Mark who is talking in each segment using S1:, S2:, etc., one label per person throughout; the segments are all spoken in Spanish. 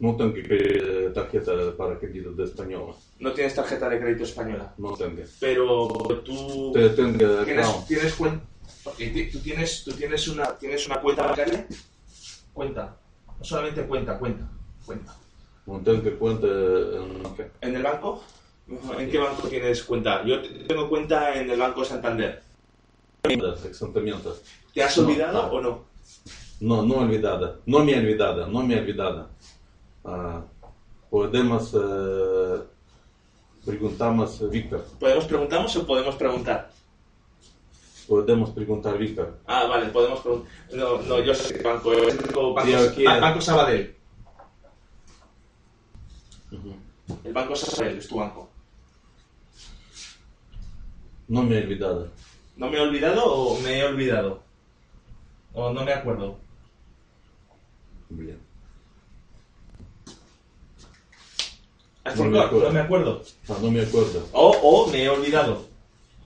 S1: No tengo que pedir tarjeta para crédito eh, de española.
S2: No tienes tarjeta de crédito española.
S1: No tengo.
S2: Pero tú
S1: Te tengo que
S2: tienes,
S1: account.
S2: tienes cuen- eh, ti- tú tienes, tú tienes una, tienes una cuenta bancaria. Cuenta. No solamente cuenta, cuenta, cuenta.
S1: No tengo cuenta en banca.
S2: ¿En el banco? ¿En qué banco tienes cuenta? Yo te- tengo cuenta en el Banco Santander.
S1: Exactamente.
S2: ¿Te has
S1: No,
S2: olvidado
S1: claro.
S2: o no?
S1: No, no olvidada. No me olvidada. No me olvidada. Ah, podemos eh, preguntamos a Víctor.
S2: ¿Podemos preguntamos o podemos preguntar?
S1: Podemos preguntar a Víctor.
S2: Ah, vale, podemos preguntar. No, no, yo sé qué banco. es el banco, banco,
S1: Tío, ¿quién?
S2: Ba- Banco Sabadell. El Banco Sabadell es tu banco.
S1: No me olvidada.
S2: ¿No me he olvidado o me he olvidado? O no me acuerdo.
S1: Блин.
S2: ¿Has
S1: No me
S2: dicho,
S1: acuerdo.
S2: No me acuerdo.
S1: Ah, no me acuerdo.
S2: Ah, O, o me he olvidado.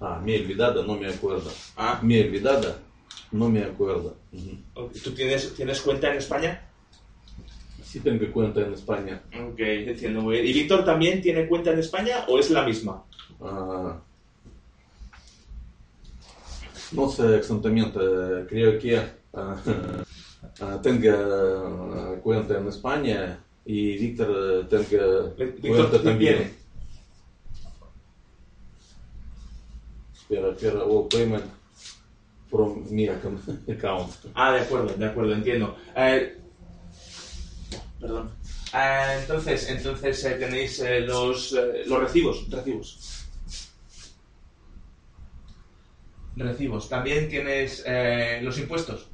S1: Ah, me olvidada, no me acuerdo.
S2: Ah.
S1: Me olvidada, no me acuerdo. Ujú.
S2: ¿Tú tienes, tienes cuenta en España?
S1: Sí tengo cuenta en España.
S2: Ok, entiendo muy bien. ¿Y Víctor también tiene cuenta en España o es la misma?
S1: Ah, no sé exactamente, creo que ah, ah, tengo ah, cuenta en España y Víctor eh, tengo
S2: Víctor
S1: cuenta
S2: también
S1: también.
S2: tiene.
S1: Espera, espera, all payment from mi account.
S2: Ah, de acuerdo, de acuerdo, entiendo. Eh, perdón. Ah, entonces, entonces eh, tenéis eh, los, eh, los recibos, recibos. Recibos. También tienes eh, los impuestos.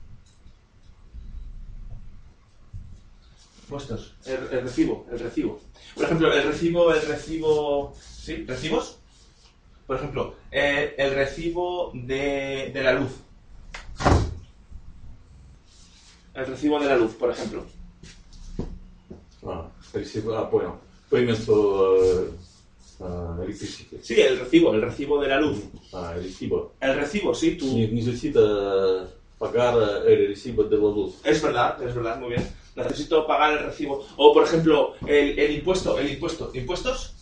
S2: Impuestos. El, el recibo, el recibo. Por ejemplo, el recibo, el recibo. ¿Sí? ¿Recibos? Por ejemplo, eh, el recibo de, de la luz. El recibo de la luz, por ejemplo.
S1: Ah, recibo, ah, понял. Payment э, for ah, electricity.
S2: Sí, el recibo, el recibo de la luz.
S1: Ah, recibo.
S2: El recibo, sí, tú.
S1: Не- Necesita pagar el recibo de la luz.
S2: Es verdad, es verdad, muy bien. Necesito pagar el recibo. O, por ejemplo, el, el impuesto, el impuesto. ¿Impuestos?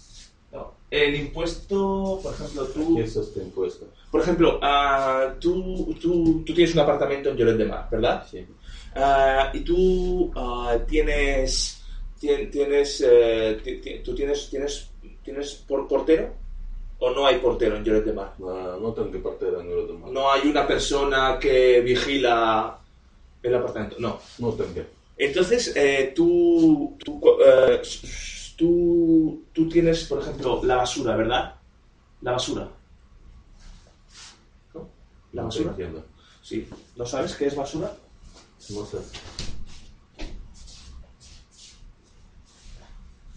S2: No. El impuesto, por ejemplo,
S1: Y
S2: tú.
S1: eso está impuesto.
S2: Por ejemplo, ah, tú, tú, tú tienes un apartamento en Lloret de Mar, ¿verdad?
S1: Sí.
S2: Ah, y tú ah, tienes. tien- Tienes, eh, ti- ti- ¿Tú tienes, tienes, tienes por portero? ¿O no hay portero en Lloret de Mar?
S1: Ah, no tengo partida en el demás.
S2: no hay una persona que vigila el apartamento, no.
S1: No tengo.
S2: Entonces, eh, tú, tú, cu- eh, s- s- tú, tú tienes, por ejemplo, la basura, ¿verdad? La basura. ¿No? ¿La
S1: No te
S2: basura?
S1: entiendo.
S2: Sí. ¿No sabes qué es basura?
S1: No sé.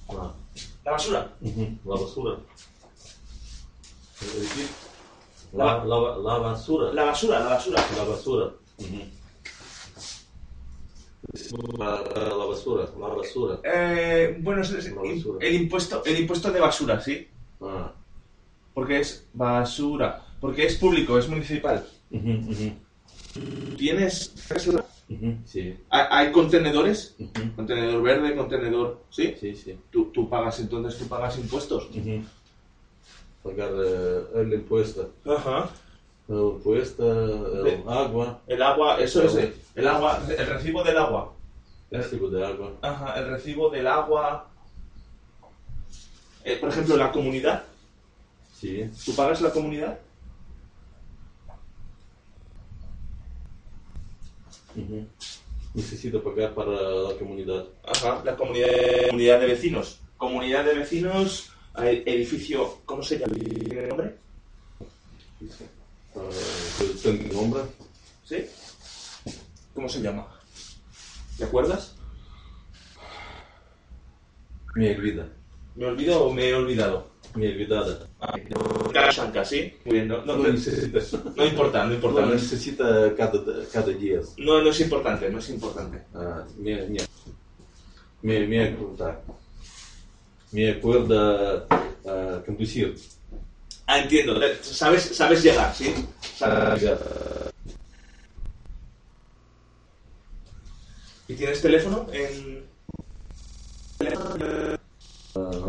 S1: Ah.
S2: La basura.
S3: La basura.
S1: Repeat.
S3: La, la, la basura.
S2: La basura, la basura.
S3: La basura.
S1: La, la- la basura, la basura.
S2: Eh, bueno, es- es-
S1: La basura.
S2: el impuesto, el impuesto de basura, ¿sí?
S1: Ah.
S2: Porque es basura. Porque es público, es municipal.
S1: Ujú, ujú,
S2: ¿Tienes?
S1: ujú. Sí.
S2: ¿Hay hay contenedores?
S1: Ujú.
S2: Contenedor verde, contenedor. ¿Sí?
S1: Sí, sí.
S2: Tú, tú pagas entonces, tú pagas impuestos.
S1: Ujú. Pagar eh, el impuesto.
S2: Ajá.
S1: El impuesto, el agua,
S2: El agua, eso es. eh, El agua, el recibo del agua.
S1: el tipo de agua.
S2: Ajá, el recibo del agua. Eh, por ejemplo, la comunidad.
S1: Sí.
S2: ¿Tú pagas la comunidad?
S1: Ujú. Necesito pagar para la comunidad.
S2: Ajá, la comunidad de, comunidad de vecinos. Comunidad de vecinos, eh, edificio, ¿cómo se llama? ¿Tiene nombre?
S1: Ah, ¿Tengo nombre?
S2: ¿Sí? ¿Cómo se llama? ¿Te acuerdas?
S1: Me olvida.
S2: ¿Me olvido o me he olvidado?
S1: Me olvidada.
S2: Karashanka, ¿sí? Muy bien, no, no,
S1: No,
S2: no,
S1: necesita.
S2: no importa, no importa.
S1: No
S2: no es-
S1: necesita cada, cada día.
S2: No, no es importante, no es importante.
S1: Ah, me, me, me, me acuerda. Me acuerda ah, conducir.
S2: Ah, entiendo. eh, Sabes, sabes llegar, ¿sí?
S1: Ah,
S2: Sabes- ¿Y tienes teléfono en,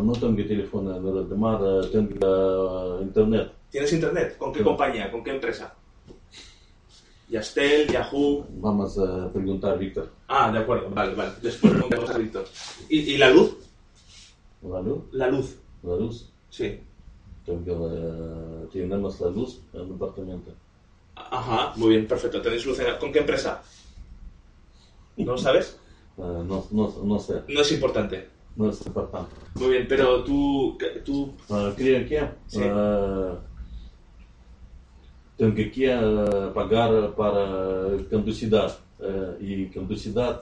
S1: no tengo teléfono en el de mar, eh, tengo eh, internet.
S2: ¿Tienes internet? ¿Con qué
S1: Sí.
S2: compañía? ¿Con qué empresa? Yastel, Yahoo.
S1: Vamos a preguntar a Víctor.
S2: Ah, de acuerdo, vale, vale. Después lo preguntamos a Víctor. ¿Y, y la luz?
S1: ¿La luz?
S2: La luz.
S1: ¿La luz?
S2: Sí.
S1: Tengo, eh, tenemos la luz en el apartamento.
S2: Ajá, muy bien, perfecto. ¿Tenéis luz en- ¿Con qué empresa? ¿No lo sabes?
S1: Eh, no, no, no sé,
S2: No es importante.
S1: no es importante.
S2: Muy bien, pero tú, tú
S1: Eh, creo que
S2: Sí.
S1: eh, tengo que eh, pagar para conducidad eh, y conducidad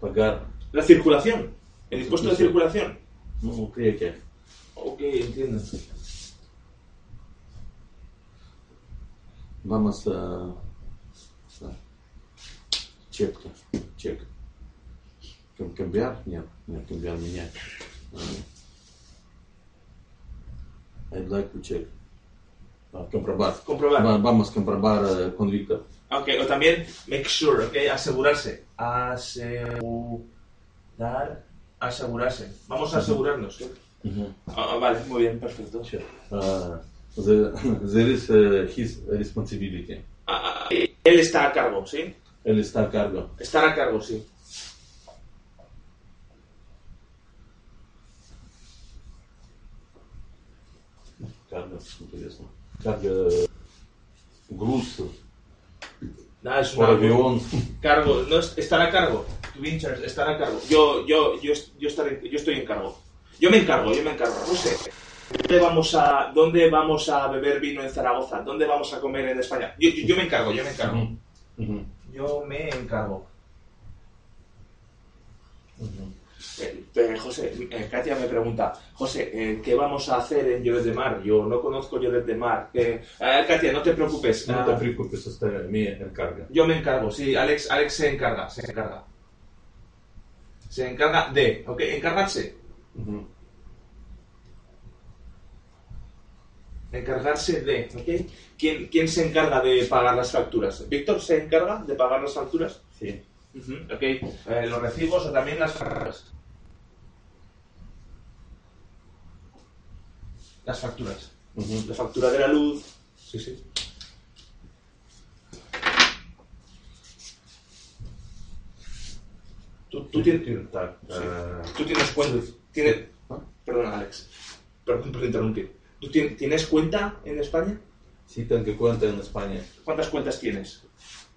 S1: pagar,
S2: la circulación, el impuesto de
S1: Sí, sí.
S2: circulación.
S1: no creo que.
S2: Ok, entiendo.
S1: Vamos a... Чек, чек. Кем Камбиар? Нет, нет, Камбиар менять. А, Ah. I'd like to check. А, Компробар.
S2: Comprobar.
S1: Va- Vamos comprobar eh, con Víctor.
S2: Ok, o también make sure, ok, asegurarse. Asegurar, asegurarse. Vamos a asegurarnos. Ah, vale, muy bien, perfecto.
S1: Check. Ah, the- there is eh, his responsibility.
S2: Ah, ah, él está a cargo, ¿sí?
S1: Él está a cargo.
S2: Estar a cargo, sí.
S1: Cargo, интересно. Cargo eh, груз,
S2: Nada, es una-
S1: avión.
S2: Cargo, no es- estar a cargo. To be in charge, estar a cargo. Yo, yo, yo, est- yo, estaré- yo estoy en cargo. Yo me encargo, yo me encargo. No sé. ¿Dónde vamos a, dónde vamos a beber vino en Zaragoza? ¿Dónde vamos a comer en España? Yo, yo, yo me encargo, yo me encargo.
S1: Мгм. Мгм.
S2: Yo me encargo.
S1: Мгм.
S2: Eh, eh, José, eh, Katia me pregunta, José, eh, ¿qué vamos a hacer en Lloret de Mar? Yo no conozco Lloret de Mar. Eh, eh, Katia, no te preocupes.
S1: No
S2: Ah,
S1: te preocupes, está mi encarga.
S2: Yo me encargo, sí, Alex, Alex se encarga, se encarga. Se encarga de, ¿ok? Encargarse. Encargarse de, ¿ok? ¿Quién, quién se encarga de pagar las facturas? ¿Víctor se encarga de pagar las facturas?
S1: Sí.
S2: Ujú, ¿Ok? Eh, los recibos o también las facturas. Las facturas.
S1: Ujú.
S2: La factura de la luz. Sí, sí. Tú, tú tienes...
S1: Так, э,
S2: Tú tienes cuenta. Tiene...
S1: ¿Ah?
S2: Perdona, Alex. Perdón por interrumpir. ¿Tú tien- tienes cuenta en España?
S1: Sí, tengo cuenta en España.
S2: ¿Cuántas cuentas tienes?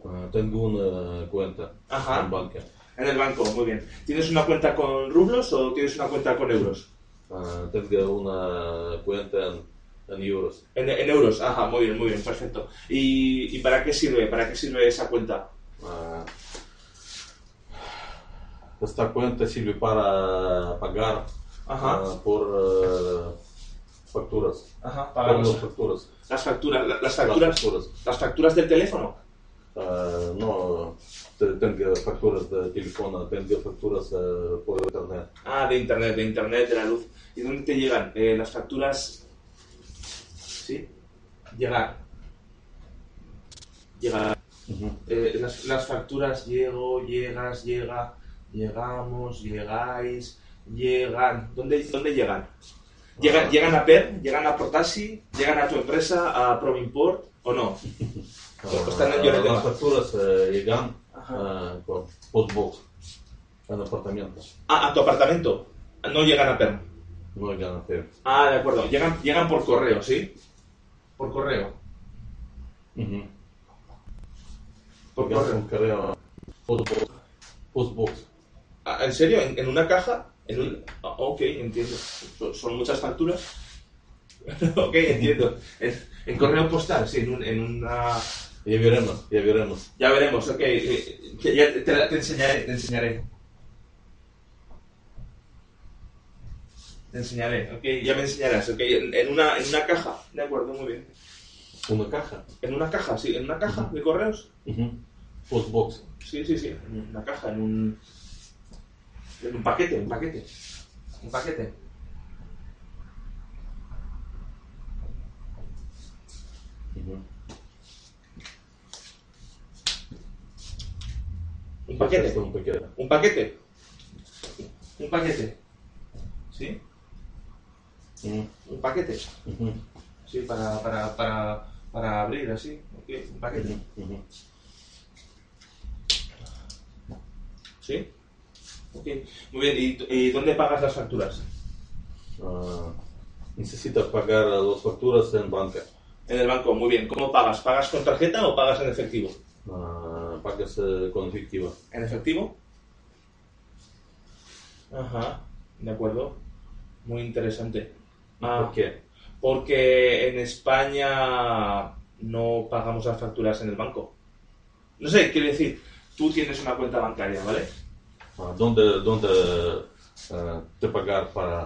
S1: Э, Tengo una cuenta
S2: Ajá.
S1: en banca.
S2: En el banco, muy bien. ¿Tienes una cuenta con rublos o tienes una cuenta con euros?
S1: Э, Tengo una cuenta en, en euros.
S2: En, en euros, ajá, muy bien, muy bien, perfecto. ¿Y, y para qué sirve? ¿Para qué sirve esa cuenta?
S1: Э, Esta cuenta sirve para pagar
S2: Ajá,
S1: э, por э, facturas.
S2: ajá,
S1: Por
S2: pagamos.
S1: las facturas.
S2: Las facturas, la- las
S1: Las
S2: facturas,
S1: facturas.
S2: las facturas del teléfono.
S1: Э, No, te- tengo facturas de teléfono, tengo facturas э, por internet.
S2: Ah, de internet, de internet, de la luz. ¿Y dónde te llegan? Eh, las facturas. ¿Sí? Llegar. Llegar. Eh, las, las facturas llego, llegas, llega, llegamos, llegáis, llegan. ¿Dónde, dónde llegan? ¿Llegan,
S1: Ah.
S2: ¿Llegan a PER? ¿Llegan a Portasi? ¿Llegan a tu empresa? ¿A Provimport? ¿O no?
S1: Э,
S2: Están en Lloret de
S1: Las
S2: Mar.
S1: facturas э, llegan
S2: Ajá.
S1: э, con postbox en apartamentos.
S2: Ah, a tu apartamento. No llegan a PER.
S1: No llegan a hacer.
S2: Ah, de acuerdo. Llegan, llegan por correo, ¿sí? Por correo. Por
S1: Porque
S2: correo.
S1: hacen correo postbox. Postbox.
S2: Ah, ¿En serio? ¿En, en una caja? ¿En un... ah, Ok, entiendo. Son, son muchas facturas. ok, entiendo. En, en correo postal, sí, en, un- en una...
S1: Ya veremos, ya veremos.
S2: Ya veremos, ok. eh, que ya te, te enseñaré, te enseñaré. Te enseñaré, ok. Ya me enseñarás, ok. En, en una, en una caja, de acuerdo, muy bien.
S1: Una caja.
S2: En una caja, sí, en una caja de correos.
S1: Postbox.
S2: Sí, sí, sí. En una caja, en un... En un paquete, un paquete. Un paquete. Un paquete.
S1: Un paquete.
S2: Un paquete. Un paquete. ¿Sí?
S1: Ujú,
S2: un paquete,
S1: ujú,
S2: sí, para, para, para, para abrir así, ok, un paquete,
S1: ujú, ujú.
S2: sí. Ok, muy bien, ¿Y, t- y dónde pagas las facturas?
S1: Ah, Necesitas pagar las facturas en banca.
S2: En el banco, muy bien, ¿cómo pagas? ¿Pagas con tarjeta o pagas en efectivo?
S1: Ah, Pagas eh, con efectivo.
S2: ¿En efectivo? Ajá, de acuerdo, muy interesante. Ah,
S1: ¿Por qué?
S2: Porque en España no pagamos las facturas en el banco. No sé, quiero decir, tú tienes una cuenta bancaria, ¿vale?
S1: Ah, ¿Dónde, dónde eh, te pagar para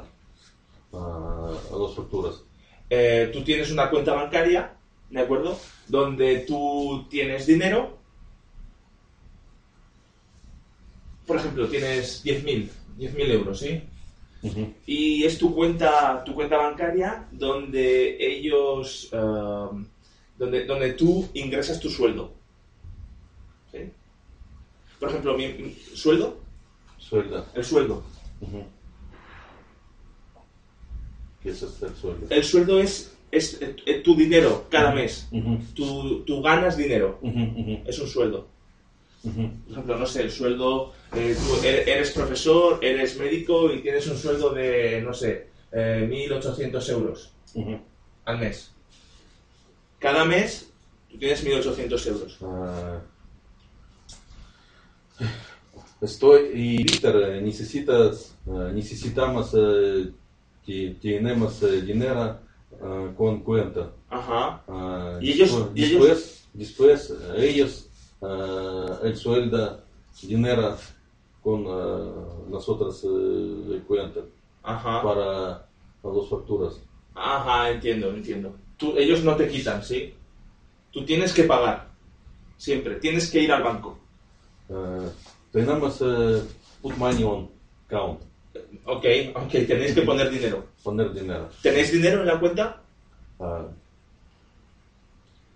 S1: ah, las facturas?
S2: Eh, tú tienes una cuenta bancaria, ¿de acuerdo? Donde tú tienes dinero. Por ejemplo, tienes 10.000, 10.000 euros, ¿sí?
S1: Ujú.
S2: Y es tu cuenta, tu cuenta bancaria donde ellos, eh, donde, donde tú ingresas tu sueldo. ¿Sí? Por ejemplo, mi, mi sueldo,
S1: Sueldo.
S2: el sueldo.
S1: Ujú. ¿Qué es este sueldo?
S2: El sueldo es, es, eh, tu dinero cada mes.
S1: Ujú,
S2: Tú, tú ganas dinero.
S1: ujú, ujú,
S2: Es un sueldo.
S1: ujú.
S2: Por ejemplo, no sé, el sueldo, eh, tú er- eres profesor, eres médico y tienes un sueldo de, no sé, eh, 1.800 euros
S1: Ujú.
S2: al mes. Cada mes tú tienes 1.800 euros.
S1: Ah, Estoy y Víctor, eh, necesitas, eh, necesitamos, eh, que tenemos eh, dinero eh, con cuenta.
S2: Ajá.
S1: Ah,
S2: Y ellos-
S1: despu-
S2: y ellos-
S1: después, después, eh, ellos eh, el sueldo dinero con eh, nosotros eh, cuenta
S2: Ajá.
S1: para las facturas.
S2: Ajá, entiendo, entiendo. Tú, ellos no te quitan, ¿sí? Tú tienes que pagar. Siempre. Tienes que ir al banco.
S1: Eh, tenemos eh, put money on count,
S2: Ok, ok, tenéis que poner dinero.
S1: poner dinero.
S2: ¿Tenéis dinero en la cuenta?
S1: Ah,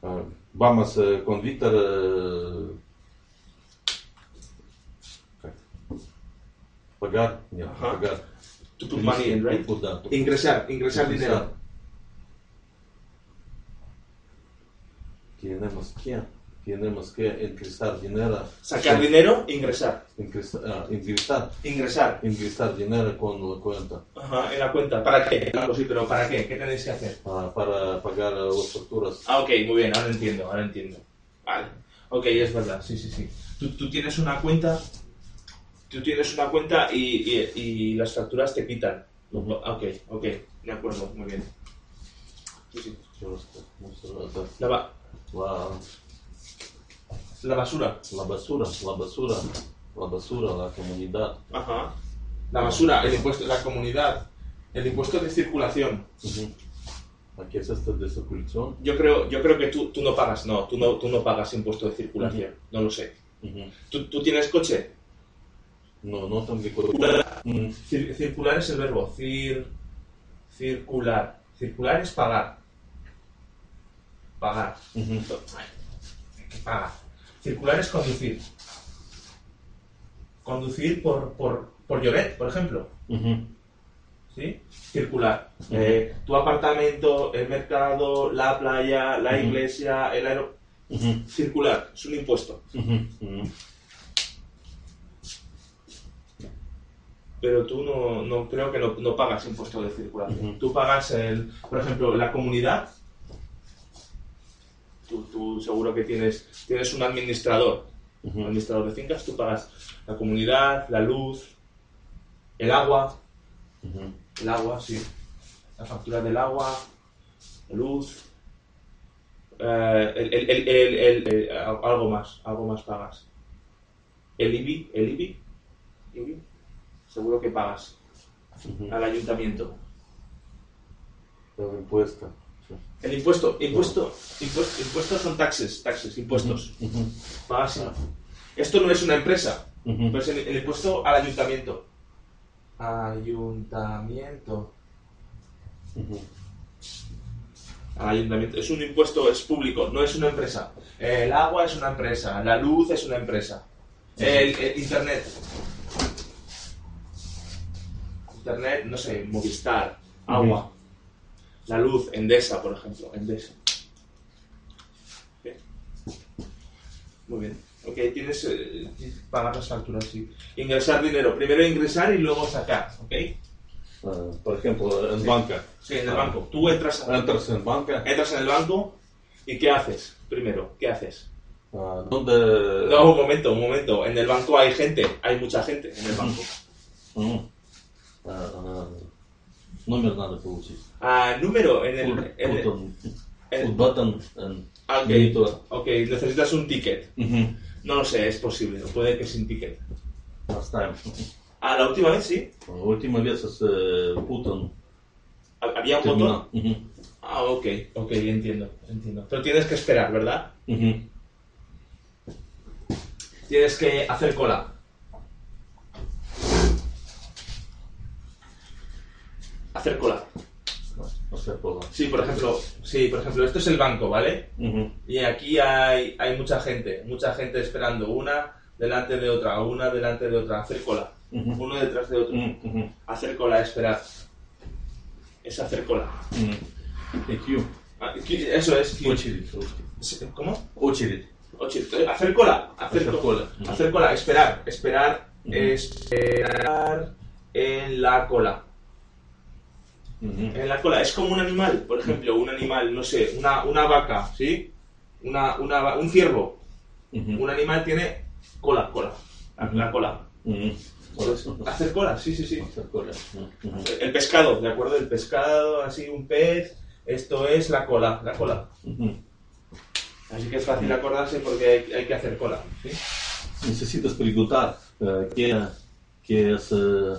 S1: ah, vamos eh, con Víctor. eh, как? Pagar, нет,
S2: Ага.
S1: pagar.
S2: To put money in, right?
S1: Put, да, put-
S2: Ingresar, ingresar Pues dinero.
S1: Tenemos que, tenemos que ingresar dinero.
S2: Sacar dinero, ingresar.
S1: Ingresa- ah, ingresar,
S2: Ingresar.
S1: ingresar dinero con la cuenta
S2: Ajá, en la cuenta. ¿Para qué? Claro, sí, pero ¿para qué? ¿Qué tenéis que hacer?
S1: ah, para pagar las facturas.
S2: Ah, ok, muy bien, ahora entiendo, ahora entiendo. Vale. Ok, es verdad, sí, sí, sí. Tú, tú tienes una cuenta, tú tienes una cuenta y, y- y las facturas te quitan.
S1: Ujú.
S2: Ok, ok, de acuerdo, muy bien. Sí, sí.
S1: Просто, ну, всё, это
S2: La, ba-
S1: ла-
S2: la basura.
S1: La basura, la basura, la basura, la comunidad.
S2: Ajá. La basura, el impuesto, la comunidad, el impuesto de circulación.
S1: Aquí es esta desaculación.
S2: Yo creo, yo creo que tú, tú no pagas, no, tú no, tú no pagas impuesto de circulación, no lo sé. ¿Tú, tú tienes coche?
S1: No, no tan rico. Ujú.
S2: Cir- circular es el verbo. Cir, circular. Circular es pagar. Pagar.
S1: Ujú.
S2: Que paga. Circular es conducir. Conducir por, por, por Lloret, por ejemplo.
S1: Ujú.
S2: ¿Sí? Circular.
S1: Ujú.
S2: Eh, tu apartamento, el mercado, la playa, la
S1: Ujú.
S2: iglesia, el aeropuerto.
S1: Ujú.
S2: Circular. Es un impuesto.
S1: Ujú. Ujú.
S2: Pero tú no, no creo que no, no pagas impuesto de circulación.
S1: Ujú.
S2: Tú pagas, el, por ejemplo, la comunidad. Tú, tú seguro que tienes, tienes un administrador, un
S1: Ujú.
S2: administrador de fincas. Tú pagas la comunidad, la luz, el agua,
S1: Ujú.
S2: el agua, sí. La factura del agua, la luz. eh, el, el- el- el- el- el- eh, algo más, algo más pagas. El IBI, el IBI, IBI, seguro que pagas
S1: Ujú.
S2: al ayuntamiento.
S1: La impuesta.
S2: El impuesto, impuesto, impuesto, impuestos son taxes, taxes, impuestos.
S1: Ujú.
S2: Pagas. Esto no es una empresa,
S1: Ujú.
S2: pero es el, el impuesto al ayuntamiento. Ayuntamiento.
S1: Ujú.
S2: Al ayuntamiento. Es un impuesto, es público, no es una empresa. El agua es una empresa, la luz es una empresa. El, el internet. Internet, no sé, Movistar, agua. La luz, Endesa, por ejemplo. Endesa. Ok. Muy bien. Ok, tienes eh, tienes que pagar las facturas, sí. Ingresar dinero. Primero ingresar y luego sacar, ¿ok?
S1: Ah, por ejemplo, en banca.
S2: Sí, en el banco. Tú entras, a-
S1: Entras en banca.
S2: entras en el banco y ¿qué haces? Primero, ¿qué haces?
S1: Ah, ¿Dónde?
S2: No, un momento, un momento. En el banco hay gente, hay mucha gente en el banco.
S1: М. А, а, Номер надо получить.
S2: Ah, número en el...
S1: Food-
S2: en el-
S1: food on-
S2: en-
S1: food button э, and
S2: Ah, ok.
S1: monitor.
S2: ok, necesitas un ticket.
S1: Мгм.
S2: No lo sé, es posible. o Puede que sin ticket.
S1: Оставим.
S2: Ah, la última vez sí.
S1: Última vez es э, Putin.
S2: Ha-
S1: А
S2: Había un botón. Ah, ok, ok, entiendo, entiendo. Pero tienes que esperar, ¿verdad? Tienes que hacer cola. Hacer cola. Sí, por ejemplo, sí, por ejemplo, esto es el banco, ¿vale? Y aquí hay, hay mucha gente, mucha gente esperando, una delante de otra, una delante de otra, hacer cola.
S1: Ujú.
S2: Uno detrás de otro. Hacer cola, esperar. Es hacer cola. Ah, qui- Eso es. qui-
S1: Очередь. русский.
S2: Sí, ¿Cómo?
S1: Очередь.
S2: Oye, entonces, hacer cola, hacer,
S1: Hacer
S2: co-
S1: cola.
S2: hacer cola, esperar, esperar,
S1: Ujú.
S2: esperar en la cola.
S1: Мгм.
S2: En la cola, es como un animal, por ejemplo, un animal, no sé, una, una vaca, ¿sí? Una, una va- un ciervo,
S1: Мгм.
S2: un animal tiene cola, cola, la- la cola.
S1: Мгм.
S2: Entonces, hacer cola, sí, sí, sí.
S1: Такое. Мгм.
S2: El pescado, ¿de acuerdo? El pescado, así, un pez, esto es la cola, la cola.
S1: Мгм.
S2: Así que es fácil acordarse porque hay, hay que hacer cola, ¿sí?
S1: Necesitas preguntar eh, qué, qué es eh,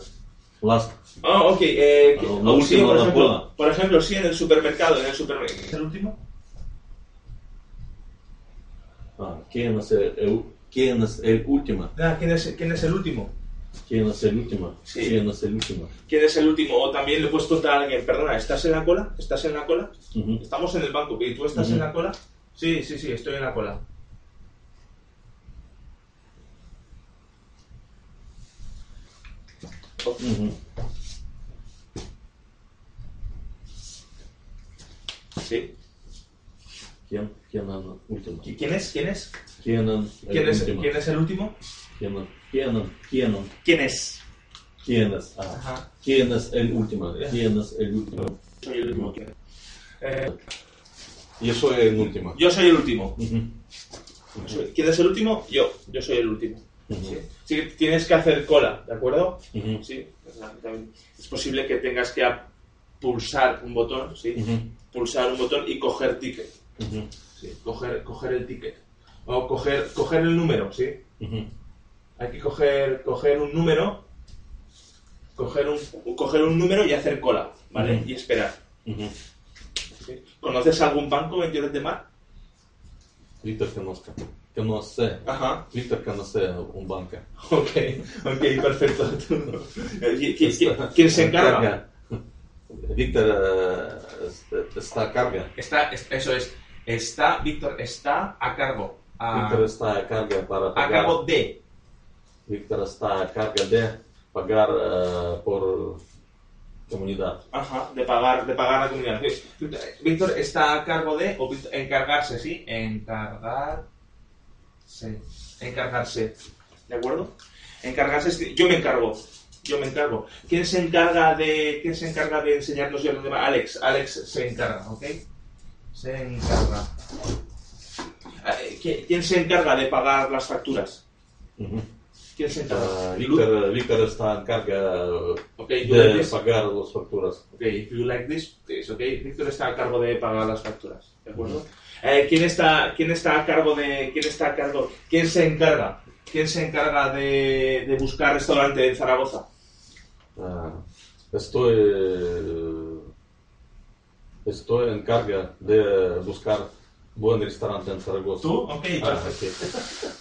S1: las-
S2: Ah, ok. Eh,
S1: Lo-
S2: que-
S1: lo
S2: sí,
S1: último
S2: por,
S1: de la
S2: ejemplo,
S1: cola.
S2: por ejemplo, sí, en el supermercado. En el supermercado. ¿Es el último?
S1: ah, quién es el, el- quién es el último,
S2: Ah, ¿quién, es, ¿Quién es el último?
S1: quién es el último,
S2: Sí.
S1: quién es el último.
S2: ¿Quién es el último? O también le he puesto a alguien, perdona, ¿estás en la cola? ¿Estás en la cola?
S1: Ujú.
S2: Estamos en el banco. ¿Y tú estás
S1: Ujú.
S2: en la cola? Sí, sí, sí, estoy en la cola.
S1: Ujú.
S2: Sí.
S1: ¿Quién, quién es el último?
S2: ¿Qui- ¿Quién es? ¿Quién es?
S1: ¿Quién es el
S2: ¿Quién es,
S1: último?
S2: ¿quién es el último?
S1: ¿Quién es? ¿Quién es? ¿Quién es? ¿Quién
S2: ¿Quién es?
S1: es? Ah,
S2: Ajá.
S1: ¿Quién es el último? ¿Quién es el último?
S2: Soy el último. ¿quién es? Eh,
S1: Yo soy el último.
S2: yo soy el último.
S1: Mhmm.
S2: Soy- ¿Quién es el último? Yo. Yo soy el último.
S1: Mhmm.
S2: Sí. Sí, tienes que hacer cola, ¿de acuerdo? Sí, también. es posible que tengas que ap- pulsar un botón, ¿sí?
S1: Mhmm.
S2: Pulsar un botón y coger ticket, ¿sí? Coger, coger el ticket. O coger, coger el número, ¿sí?
S1: Mhmm.
S2: Hay que coger, coger un número, coger un, coger un número y hacer cola, ¿vale?
S1: Ujú.
S2: Y esperar.
S1: Mhmm.
S2: ¿sí? ¿Conoces algún banco en Lloret de Mar?
S1: Víctor Canosa. Canosa.
S2: Ajá.
S1: Víctor Canosa, un banca.
S2: Ok, ok, perfecto. Eh, ¿Qui- qui- qui- ¿Quién se encarga?
S1: Víctor eh, este- está a carga.
S2: Está, es- eso es, está, Víctor, está a cargo. a-
S1: Víctor está a carga para
S2: Ah. a
S1: pagar.
S2: cargo de
S1: Víctor está a carga de pagar eh, por comunidad.
S2: Ajá, de pagar, de pagar la comunidad. Sí. Víctor está a cargo de o Víctor- encargarse, sí, encargarse, encargarse, ¿de acuerdo? Encargarse, es que yo me encargo, yo me encargo. ¿Quién se encarga de, quién se encarga de enseñarnos yo demás? Alex, Alex se encarga, ¿ok? Se encarga. Eh, ¿qui- ¿Quién se encarga de pagar las facturas?
S1: Ujú.
S2: ¿Quién se encarga?
S1: Eh, Víctor, Víctor está a carga
S2: Ok,
S1: eh,
S2: Lourdes.
S1: de pagar las facturas.
S2: Ok, if you like this, please, ok. Víctor está a cargo de pagar las facturas, ¿de acuerdo? Eh, ¿quién, está, ¿Quién está a cargo de... ¿Quién está a cargo? ¿Quién se encarga? ¿Quién se encarga de, de buscar restaurante en Zaragoza?
S1: Ah, estoy, eh, estoy en carga de buscar buen restaurante en Zaragoza.
S2: ¿Tú? Ok,
S1: Ah,
S2: perfecto.
S1: ok.